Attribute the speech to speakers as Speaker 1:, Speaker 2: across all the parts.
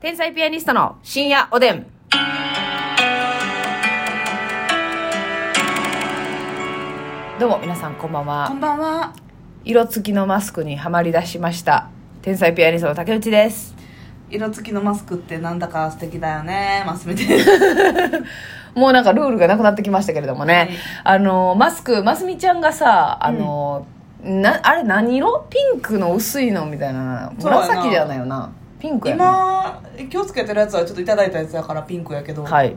Speaker 1: 天才ピアニストの深夜おでん。どうも皆さんこんばん
Speaker 2: こん
Speaker 1: は。
Speaker 2: ばんは。
Speaker 1: 色付きのマスクにはまり出しました。天才ピアニストの竹内です。
Speaker 2: 色付きのマスクってなんだか素敵だよね。マスミで。
Speaker 1: もうなんかルールがなくなってきましたけれどもね。あの、マスク、ますみちゃんがさ、あの、な、あれ何色ピンクの薄いのみたいな。
Speaker 2: そうやな
Speaker 1: 紫じゃないよな。ピンクやな。
Speaker 2: 今、今日つけてるやつはちょっといただいたやつやからピンクやけど。
Speaker 1: はい。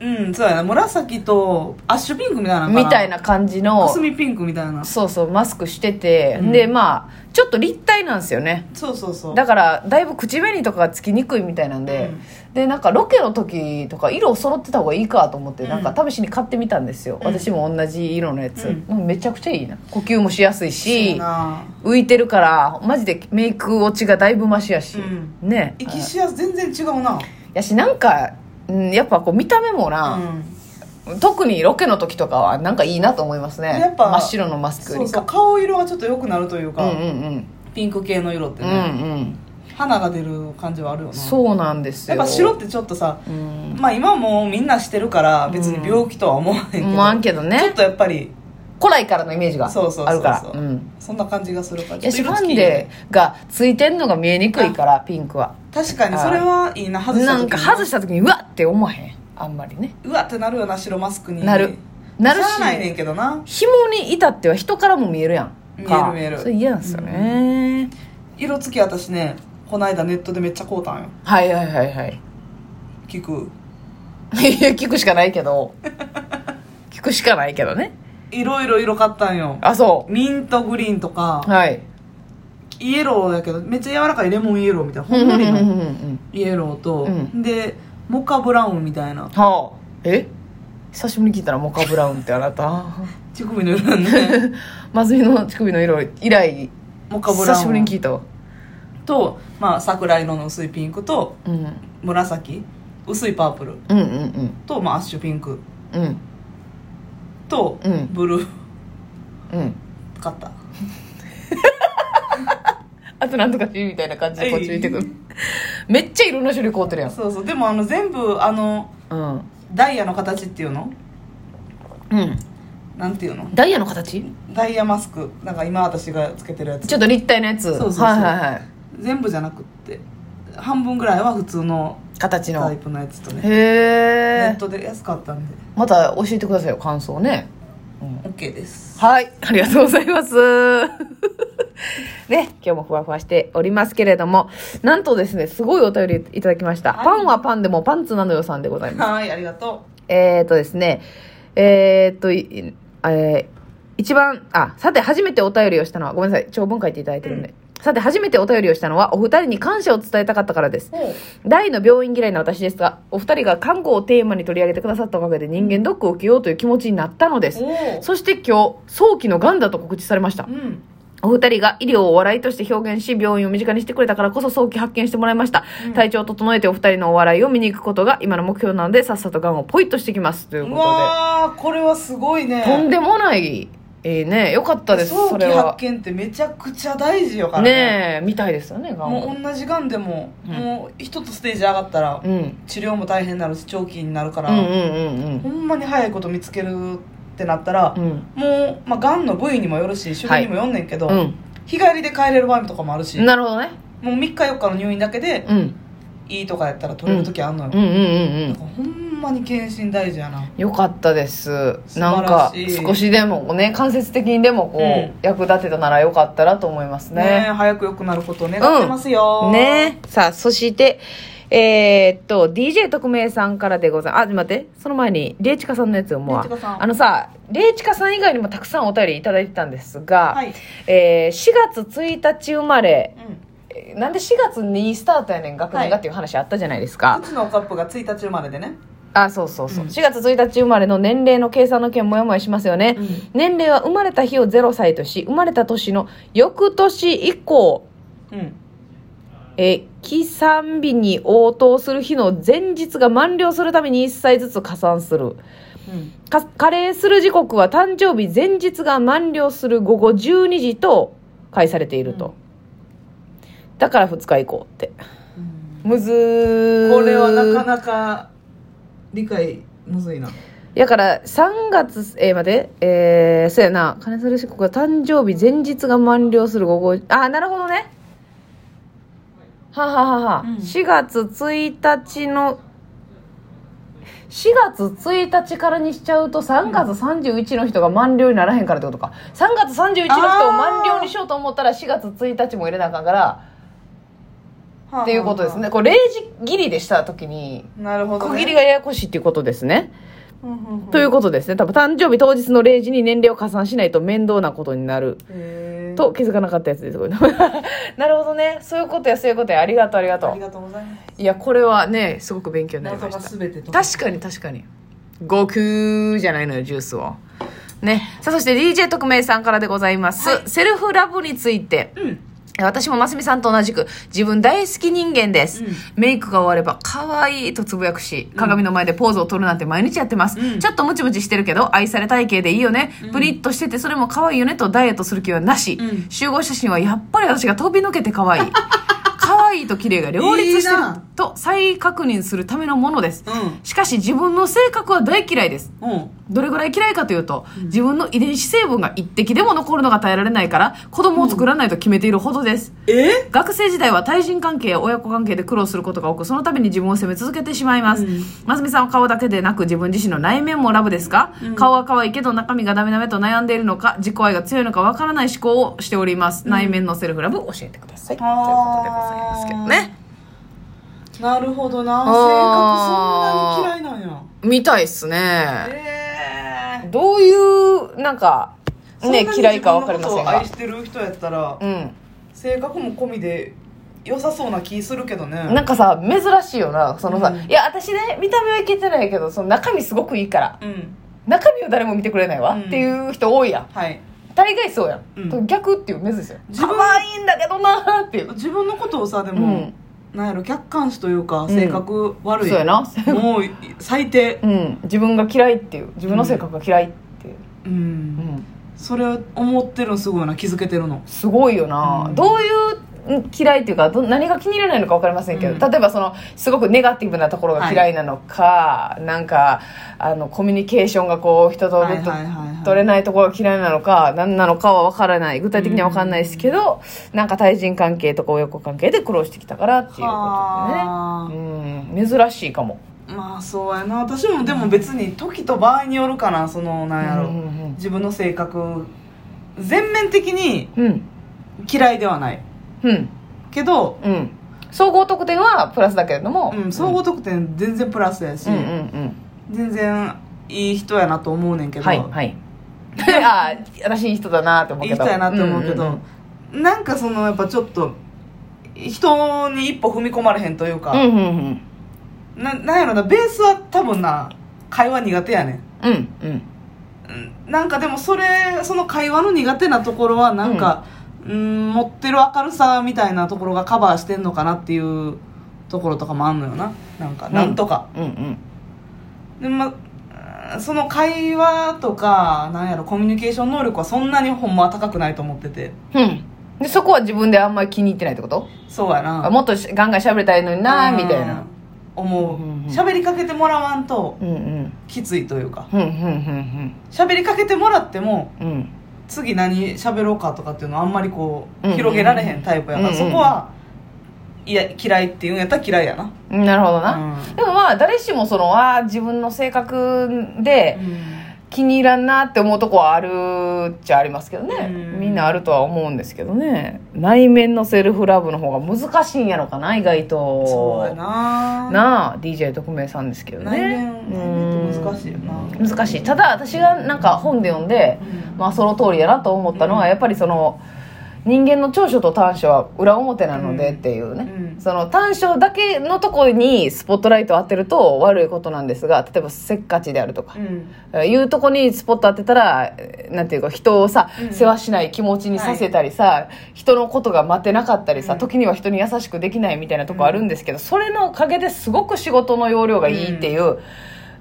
Speaker 2: うん、そうやな。紫とアッシュピンクみたいなのか
Speaker 1: みたい。な感じの。
Speaker 2: かすみピンクみたいな。
Speaker 1: そうそうマスクしてて、
Speaker 2: うん
Speaker 1: でまあちょっと立体なんですよね
Speaker 2: そうそうそう。
Speaker 1: だからだいぶ口紅とかがつきにくいみたいなんで、でなんかロケの時とか色揃ってた方がいいかと思って、
Speaker 2: うん
Speaker 1: なんか試しに買ってみたんですよ、
Speaker 2: うん
Speaker 1: 私も同じ色のやつ、
Speaker 2: うん
Speaker 1: もうめちゃくちゃいいな呼吸もしやすい
Speaker 2: そう
Speaker 1: し
Speaker 2: な
Speaker 1: 浮いてるからマジでメイク落ちがだいぶマシやし、
Speaker 2: う
Speaker 1: ね
Speaker 2: 生きしやす、全然違うな。
Speaker 1: やしなんか、うん、やっぱこう見た目も
Speaker 2: う
Speaker 1: な、
Speaker 2: ん。
Speaker 1: 特にロケの時とかはなんかいいなと思いますね
Speaker 2: やっぱ
Speaker 1: 真っ白のマスクよ
Speaker 2: そう
Speaker 1: り
Speaker 2: そう。
Speaker 1: か
Speaker 2: 顔色がちょっと良くなるという
Speaker 1: うん
Speaker 2: か、
Speaker 1: うんうん
Speaker 2: ピンク系の色って
Speaker 1: うん
Speaker 2: ね。
Speaker 1: うん
Speaker 2: 花が出る感じはあるよな。
Speaker 1: そうなんです
Speaker 2: や
Speaker 1: よ
Speaker 2: っぱ白ってちょっとさ、
Speaker 1: うん
Speaker 2: まあ今はもうみんなしてるから別に病気とは思わへんけど。
Speaker 1: 思わんけど
Speaker 2: ちょっ
Speaker 1: ね
Speaker 2: とやっぱり
Speaker 1: 古来からのイメージが
Speaker 2: そうそうそうそう
Speaker 1: あるからうん
Speaker 2: そんな感じがするから
Speaker 1: いやし
Speaker 2: ち
Speaker 1: フ
Speaker 2: ょっと
Speaker 1: ァ
Speaker 2: 色
Speaker 1: ン
Speaker 2: 付きいいよね
Speaker 1: デがついてんのが見えにくいからピンクは
Speaker 2: 確かにそれはいいな外した時
Speaker 1: なんか外
Speaker 2: し
Speaker 1: した時にうわって思わへんあんまりね
Speaker 2: うわってなるよな白マスクに
Speaker 1: なるなる
Speaker 2: しゃあないね
Speaker 1: し
Speaker 2: んけどな
Speaker 1: 紐に至っては人からも見えるやんか
Speaker 2: 見える見える
Speaker 1: それ嫌なんですよね
Speaker 2: 色付き私ねこの間ネットでめっちゃ買うたんよ
Speaker 1: はいはいはいはい
Speaker 2: 聞く
Speaker 1: いや聞くしかないけ ど聞くしかないけどね
Speaker 2: いろいろ色買ったんよ
Speaker 1: あそ
Speaker 2: ミントグリーンと
Speaker 1: う
Speaker 2: か
Speaker 1: はい
Speaker 2: イエローだけどめっちゃ柔らかいレモンイエローみたいな
Speaker 1: う
Speaker 2: ほ
Speaker 1: ん
Speaker 2: ん
Speaker 1: う
Speaker 2: の
Speaker 1: んう
Speaker 2: り
Speaker 1: んう
Speaker 2: の
Speaker 1: ん
Speaker 2: イエローと、
Speaker 1: う
Speaker 2: でモカブラウンみたいな
Speaker 1: はあえ久しぶりに聞いたらモカブラウンってあなた
Speaker 2: 乳首の色なんね
Speaker 1: まずみの乳首の色以来
Speaker 2: モカブ
Speaker 1: 久
Speaker 2: ラウン
Speaker 1: しぶりに聞いたわ
Speaker 2: と、まあ、桜色の薄いピンクと
Speaker 1: うん、うん
Speaker 2: 紫薄いパープル
Speaker 1: うんうん
Speaker 2: と、まあ、アッシュピンク
Speaker 1: うん
Speaker 2: と、
Speaker 1: うん
Speaker 2: ブルー
Speaker 1: うん
Speaker 2: 買った
Speaker 1: あとなんとかしいみたいな感じでこっち見てくるめっちゃいろんな種類凍ってるやん
Speaker 2: そうそうでもあの全部あの
Speaker 1: うん、
Speaker 2: ダイヤの形っていうの
Speaker 1: うん、
Speaker 2: なんていうの
Speaker 1: ダイヤの形
Speaker 2: ダイヤマスクなんか今私がつけてるやつ
Speaker 1: ちょっと立体のやつ
Speaker 2: そうそうそう
Speaker 1: はいはいはい
Speaker 2: 全部じゃなくって半分ぐらいは普通の
Speaker 1: 形
Speaker 2: タ
Speaker 1: の
Speaker 2: イ
Speaker 1: へ
Speaker 2: プのやつとねネッ
Speaker 1: え
Speaker 2: トで安かったんで
Speaker 1: また教えてくださいよ感想ね
Speaker 2: OK です
Speaker 1: はい、ありがとうございます。 ね、今日もふわふわしておりますけれども、なんとですね、すごいお便りいただきました。
Speaker 2: はい
Speaker 1: パンはパンでもパンツなのよさんでございます。
Speaker 2: はいありがと
Speaker 1: えーとですね、えーと、いいえー一番、あ、さて初めてお便りをしたのは、ごめんなさい、長文書いていただいてるんで。さて初めてお便りをしたのは、お二人に感謝を伝えたかったからです
Speaker 2: う。ほう
Speaker 1: 大の病院嫌いな私ですが、お二人が看護をテーマに取り上げてくださったおかげで人間ドックを受けようという気持ちになったのです。
Speaker 2: お
Speaker 1: そして今日、早期の癌だと告知されました
Speaker 2: う。ん
Speaker 1: お二人が医療をお笑いとして表現し、病院を身近にしてくれたからこそ早期発見してもらいました。
Speaker 2: うん
Speaker 1: 体調を整えてお二人のお笑いを見に行くことが今の目標なので、さっさと癌をポイッとしてきます。という
Speaker 2: う
Speaker 1: こ
Speaker 2: わーこれはすごいね
Speaker 1: とで、とんでもない、えーね、よかったです、
Speaker 2: 早
Speaker 1: そ
Speaker 2: 期
Speaker 1: れは
Speaker 2: 発。見ってめちゃくちゃ大事よから
Speaker 1: ねえ、みたいですよね、癌
Speaker 2: も
Speaker 1: は。
Speaker 2: う同じがんでも、
Speaker 1: うん
Speaker 2: もう一つステージ上がったら、
Speaker 1: うん。うん
Speaker 2: 治療も大変になるし長期になるか
Speaker 1: う
Speaker 2: ら、
Speaker 1: んうん
Speaker 2: ほんまに早いこと見つけるってなったら
Speaker 1: うん。う、ん。
Speaker 2: もう、まあ、がんの部位にもよるし種類にもよんねんけど、
Speaker 1: う
Speaker 2: 日帰りで帰れる場合とかもあるし、
Speaker 1: ん。なるほどね。
Speaker 2: もう3日4日の入院だけで、
Speaker 1: うん。
Speaker 2: いいとかやったら取れる時あんのよ、
Speaker 1: うんうんうんう
Speaker 2: なん
Speaker 1: ん
Speaker 2: か。ほんまに検診大事やな
Speaker 1: よかったです
Speaker 2: 素
Speaker 1: なん
Speaker 2: 晴
Speaker 1: から
Speaker 2: しい
Speaker 1: 少しでもね間接的にでもこう、
Speaker 2: うん
Speaker 1: 役立てたならよかったらと思います
Speaker 2: ねえ
Speaker 1: ね
Speaker 2: 早く良くなることを願ってますよ、
Speaker 1: ねさあそしてえーっと DJ 特命さんからでございますあ待ってその前にレイチカさんのやつをも
Speaker 2: レイチカさん
Speaker 1: あのさレイチカさん以外にもたくさんお便りいただいてたんですが、
Speaker 2: はい、
Speaker 1: えー4月1日生まれ
Speaker 2: う
Speaker 1: えーなんで4月にスタートやねん学年がっていう話あったじゃないですか、
Speaker 2: ん、うちのカップが1日生まれでね、
Speaker 1: あそうそうそう、
Speaker 2: うん
Speaker 1: 4月1日生まれの年齢の計算の件もやもやしますよね、
Speaker 2: うん
Speaker 1: 年齢は生まれた日を0歳とし生まれた年の翌年以降
Speaker 2: うん、
Speaker 1: えー、産日に応答する日の前日が満了するために1歳ずつ加算する
Speaker 2: うん、
Speaker 1: か加齢する時刻は誕生日前日が満了する午後12時と解されていると、だから2日以降って
Speaker 2: うん
Speaker 1: むずー
Speaker 2: これはなかなか理解むずいな
Speaker 1: やから3月えー、待ってえー、そうやな金沢志子が誕生日前日が満了する午後あなるほどねはははは、
Speaker 2: うん
Speaker 1: 4月1日の4月1日からにしちゃうと3月31の人が満了にならへんからってことか3月31の人を満了にしようと思ったら4月1日も入れなあかんからっていうことですねこれ0時切りでした時に
Speaker 2: なるほど、ね、
Speaker 1: 区切りがややこしいっていうことですね
Speaker 2: うんうんうん
Speaker 1: ということですね。多分誕生日当日の0時に年齢を加算しないと面倒なことになる。
Speaker 2: へー
Speaker 1: と気づかなかったやつです。これ なるほどね。そういうことや、そういうことや。ありがとう、ありがと
Speaker 2: あり
Speaker 1: う。
Speaker 2: がとうございます
Speaker 1: いや、これはね、すごく勉強になり
Speaker 2: 謎
Speaker 1: ま
Speaker 2: が
Speaker 1: した。
Speaker 2: 全てと
Speaker 1: 確かに、確かに。悟空じゃないのよ、ジュースを。ね。さあ、そして DJ 特命さんからでございます。セルフラブについて。
Speaker 2: うん
Speaker 1: 私もますみさんと同じく自分大好き人間です、
Speaker 2: うん
Speaker 1: メイクが終われば可愛いとつぶやくし鏡の前でポーズを取るなんて毎日やってます、
Speaker 2: うん
Speaker 1: ちょっとムチムチしてるけど愛され体型でいいよね、
Speaker 2: うん
Speaker 1: プリッとしててそれも可愛いよねとダイエットする気はなし、
Speaker 2: うん
Speaker 1: 集合写真はやっぱり私が飛び抜けて可 愛い可愛いと綺麗が両立して
Speaker 2: いい
Speaker 1: る
Speaker 2: な
Speaker 1: と再確認するためのものです、
Speaker 2: うん
Speaker 1: しかし自分の性格は大嫌いです
Speaker 2: うん
Speaker 1: どれぐらい嫌いかというと、自分の遺伝子成分が一滴でも残るのが耐えられないから子供を作らないと決めているほどです、
Speaker 2: え
Speaker 1: 学生時代は対人関係や親子関係で苦労することが多くその度に自分を責め続けてしまいます、
Speaker 2: うん
Speaker 1: ますみさんは顔だけでなく自分自身の内面もラブですか、顔は可愛いけど中身がダメダメと悩んでいるのか自己愛が強いのかわからない思考をしております、内面のセルフラブ教えてくださいということでございますけどね
Speaker 2: なるほどな
Speaker 1: あー
Speaker 2: 性格そんなに嫌いなん
Speaker 1: みたいっすね
Speaker 2: やええ
Speaker 1: どういうなんかね嫌いかわかりませんが
Speaker 2: 愛してる人やったら
Speaker 1: うん
Speaker 2: 性格も込みで良さそうな気するけどね
Speaker 1: なんかさ珍しいよなそのさ、
Speaker 2: うん
Speaker 1: いや私ね見た目はいけてないけどその中身すごくいいから
Speaker 2: うん
Speaker 1: 中身を誰も見てくれないわ、
Speaker 2: うん
Speaker 1: っていう人多いやん
Speaker 2: はい
Speaker 1: 大概そうやん、
Speaker 2: うん
Speaker 1: 逆っていう珍しいよ
Speaker 2: 自分
Speaker 1: 可愛いんだけどなーっていう
Speaker 2: 自分のことをさで
Speaker 1: う
Speaker 2: も
Speaker 1: ん、
Speaker 2: なんやろ客観視というか
Speaker 1: ん
Speaker 2: 性格悪い、
Speaker 1: そうやな
Speaker 2: もうい最低
Speaker 1: うん自分が嫌いっていう自分の性格が嫌いっていう、う
Speaker 2: う
Speaker 1: んん、
Speaker 2: それ思ってるのすごいな気づけてるの
Speaker 1: すごいよな、
Speaker 2: うん
Speaker 1: どういううん嫌いっていうかど何が気に入らないのか分かりませんけど、
Speaker 2: うん
Speaker 1: 例えばそのすごくネガティブなところが嫌いなのか、なんかあのコミュニケーションがこう人と
Speaker 2: はいはいはいはい
Speaker 1: 取れないところが嫌いなのか何なのかは分からない具体的には分からないですけど、なんか対人関係とか親子関係で苦労してきたからっていうこと
Speaker 2: は
Speaker 1: でねうん珍しいかも
Speaker 2: あまあそうやな私もでも別に時と場合によるかなそのなんやろ、
Speaker 1: うんうんうん
Speaker 2: 自分の性格全面的に
Speaker 1: うん
Speaker 2: 嫌いではない
Speaker 1: うん
Speaker 2: けど、
Speaker 1: うん総合得点はプラスだけれども、
Speaker 2: うん、総合得点全然プラスやし、
Speaker 1: うんうんうん
Speaker 2: 全然いい人やなと思うねんけど、
Speaker 1: はいはい ああ私いい人だなと思う
Speaker 2: いい
Speaker 1: けど
Speaker 2: 人やなと思うけど、
Speaker 1: んん
Speaker 2: なんかそのやっぱちょっと人に一歩踏み込まれへんという
Speaker 1: うん
Speaker 2: か、
Speaker 1: うんうん
Speaker 2: ななんやろなベースは多分な会話苦手やね
Speaker 1: うんうん
Speaker 2: んうんなんかでもそれその会話の苦手なところはなんか、うん、持ってる明るさみたいなところがカバーしてんのかなっていうところとかもあんのよななんか
Speaker 1: うん
Speaker 2: なんとか、
Speaker 1: うんうん
Speaker 2: でまうんその会話とかなんやろコミュニケーション能力はそんなにほんまは高くないと思ってて
Speaker 1: うんでそこは自分であんまり気に入ってないってこと
Speaker 2: そうやな
Speaker 1: あもっとしガンガン喋れたいのにな
Speaker 2: うん
Speaker 1: みたいな
Speaker 2: 思う
Speaker 1: うんうんうん
Speaker 2: 喋りかけてもらわんと
Speaker 1: うんうん
Speaker 2: きついというか
Speaker 1: うんうんうん
Speaker 2: 喋りかけてもらっても
Speaker 1: うんうん
Speaker 2: 次何喋ろうかとかっていうのはあんまりこう
Speaker 1: うんうん
Speaker 2: 広げられへんタイプやから、
Speaker 1: うんうん
Speaker 2: そこはいや嫌いっていうんやったら嫌いやな
Speaker 1: うんなるほどな、
Speaker 2: う
Speaker 1: でもまあ誰しもそのああ自分の性格で
Speaker 2: ん
Speaker 1: 気に入らんなって思うとこはあるっちゃありますけどね
Speaker 2: うん
Speaker 1: みんなあるとは思うんですけどね内面のセルフラブの方が難しいんやろかな意外と
Speaker 2: そうやな
Speaker 1: なあ DJ 特命さんですけどね
Speaker 2: 内面内面って難しいよな
Speaker 1: うん難しいただ私がなんか本で読んで、
Speaker 2: うん
Speaker 1: まあその通りだなと思ったのは、
Speaker 2: うん
Speaker 1: やっぱりその人間の長所と短所は裏表なので
Speaker 2: うん
Speaker 1: っていうね、
Speaker 2: うん
Speaker 1: その短所だけのとこにスポットライトを当てると悪いことなんですが例えばせっかちであるとか
Speaker 2: う、ん
Speaker 1: いうとこにスポット当てたらえーなんていうか人をさ、
Speaker 2: うん
Speaker 1: 世話しない気持ちにさせたりさ、人のことが待てなかったりさ、
Speaker 2: うん
Speaker 1: 時には人に優しくできないみたいなとこあるんですけど、それのおかげですごく仕事の要領がいいっていう。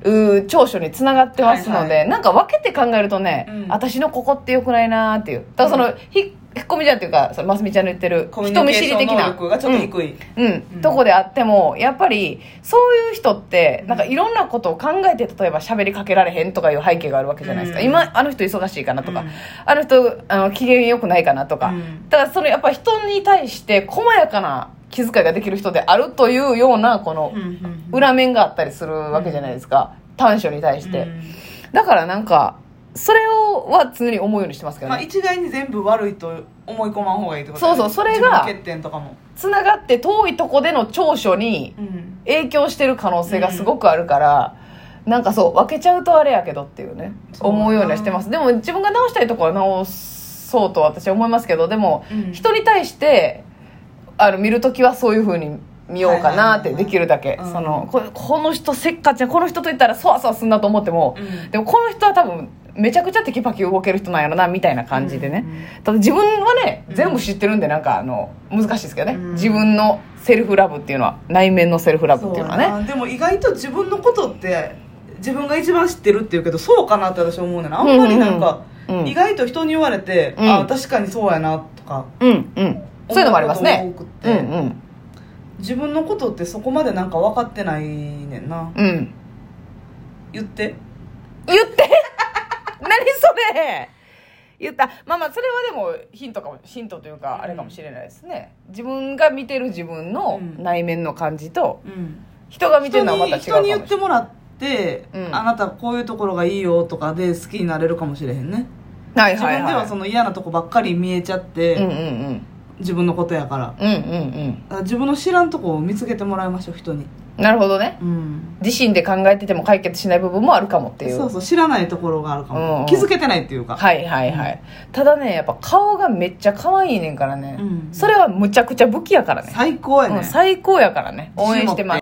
Speaker 1: うー長所につながってますので、
Speaker 2: はいは
Speaker 1: なんか分けて考えるとね、
Speaker 2: うん
Speaker 1: 私のここってよくないなーっていうだからその、ひコミちゃんっていうかそのますみちゃんの言ってる
Speaker 2: コミュ
Speaker 1: 人
Speaker 2: ニ
Speaker 1: 見
Speaker 2: ケー
Speaker 1: 知
Speaker 2: シ
Speaker 1: り
Speaker 2: ョン
Speaker 1: 的
Speaker 2: 能
Speaker 1: な
Speaker 2: 力がちょっと低い、
Speaker 1: うん、うんとこであってもやっぱりそういう人ってなんかいろんなことを考えて例えば喋りかけられへんとかいう背景があるわけじゃないですか、
Speaker 2: うん
Speaker 1: 今あの人忙しいかなとか、
Speaker 2: うん
Speaker 1: あの人あの機嫌良くないかなとか、
Speaker 2: うん
Speaker 1: だからそのやっぱ人に対して細やかな気遣いができる人であるというようなこの裏面があったりするわけじゃないですか、短所に対して、だからなんかそれをは常に思うようにしてますけど
Speaker 2: まあ、
Speaker 1: ね
Speaker 2: 一概に全部悪いと思い込まん方がいいってこと
Speaker 1: そうそうそれが
Speaker 2: 自分の欠点とかも、
Speaker 1: つながって遠いとこでの長所に影響してる可能性がすごくあるから、なんかそう分けちゃうとあれやけどっていうね
Speaker 2: そう
Speaker 1: 思うようにはしてますでも自分が直したいとこは直そうとは私は思いますけどでも、
Speaker 2: うん
Speaker 1: 人に対してあの見る時はそういうふうに見ようかなって
Speaker 2: はいはいはいは
Speaker 1: で
Speaker 2: い
Speaker 1: きるだけ、
Speaker 2: うん
Speaker 1: そのここの人せっかちなこの人といったらそわそわすんなと思っても、
Speaker 2: うん
Speaker 1: でもこの人は多分めちゃくちゃテキパキ動ける人なんやろなみたいな感じでね、
Speaker 2: うんうん
Speaker 1: ただ自分はね
Speaker 2: うん
Speaker 1: 全部知ってるんでなんかあの難しいですけどね、
Speaker 2: うん
Speaker 1: 自分のセルフラブっていうのは内面のセルフラブっていうのはね
Speaker 2: そうやなでも意外と自分のことって自分が一番知ってるっていうけどそうかなって私思うねんなあんまりなんか、
Speaker 1: うんうんうん
Speaker 2: 意外と人に言われて、
Speaker 1: うん
Speaker 2: あ確かにそうやなとか
Speaker 1: うんうんそういうのもありますね
Speaker 2: 思うこと
Speaker 1: う
Speaker 2: が
Speaker 1: ん
Speaker 2: 多くって自分のことってそこまでなんか分かってないねんな
Speaker 1: うんうん
Speaker 2: 言って
Speaker 1: 言って 何それ言ったまあまあそれはでもヒントかもヒントというかあれかもしれないですね自分が見てる自分の
Speaker 2: うん
Speaker 1: 内面の感じと
Speaker 2: うん
Speaker 1: 人が見て
Speaker 2: 人
Speaker 1: るのはまた違う
Speaker 2: に人
Speaker 1: かも
Speaker 2: に
Speaker 1: しれ
Speaker 2: 言
Speaker 1: な
Speaker 2: っ
Speaker 1: い
Speaker 2: てもらって、
Speaker 1: うん
Speaker 2: あなたこういうところがいいよとかで好きになれるかもしれへんね、
Speaker 1: はいはい
Speaker 2: 自分で
Speaker 1: は
Speaker 2: はいその嫌なとこばっかり見えちゃって、
Speaker 1: うんうんうん
Speaker 2: 自分のことやから
Speaker 1: うんうん
Speaker 2: だから自分の知らんとこを見つけてもらいましょう人に
Speaker 1: うんなるほどね
Speaker 2: うん
Speaker 1: 自身で考えてても解決しない部分もあるかもっていう
Speaker 2: そうそう知らないところがあるかも、
Speaker 1: うん
Speaker 2: 気づけてないっていうか、
Speaker 1: はいはいはい、ただねやっぱ顔がめっちゃ可愛いねんからね、
Speaker 2: うん
Speaker 1: それはむちゃくちゃ武器やからね
Speaker 2: 最高やね、
Speaker 1: うん最高やからね応援してます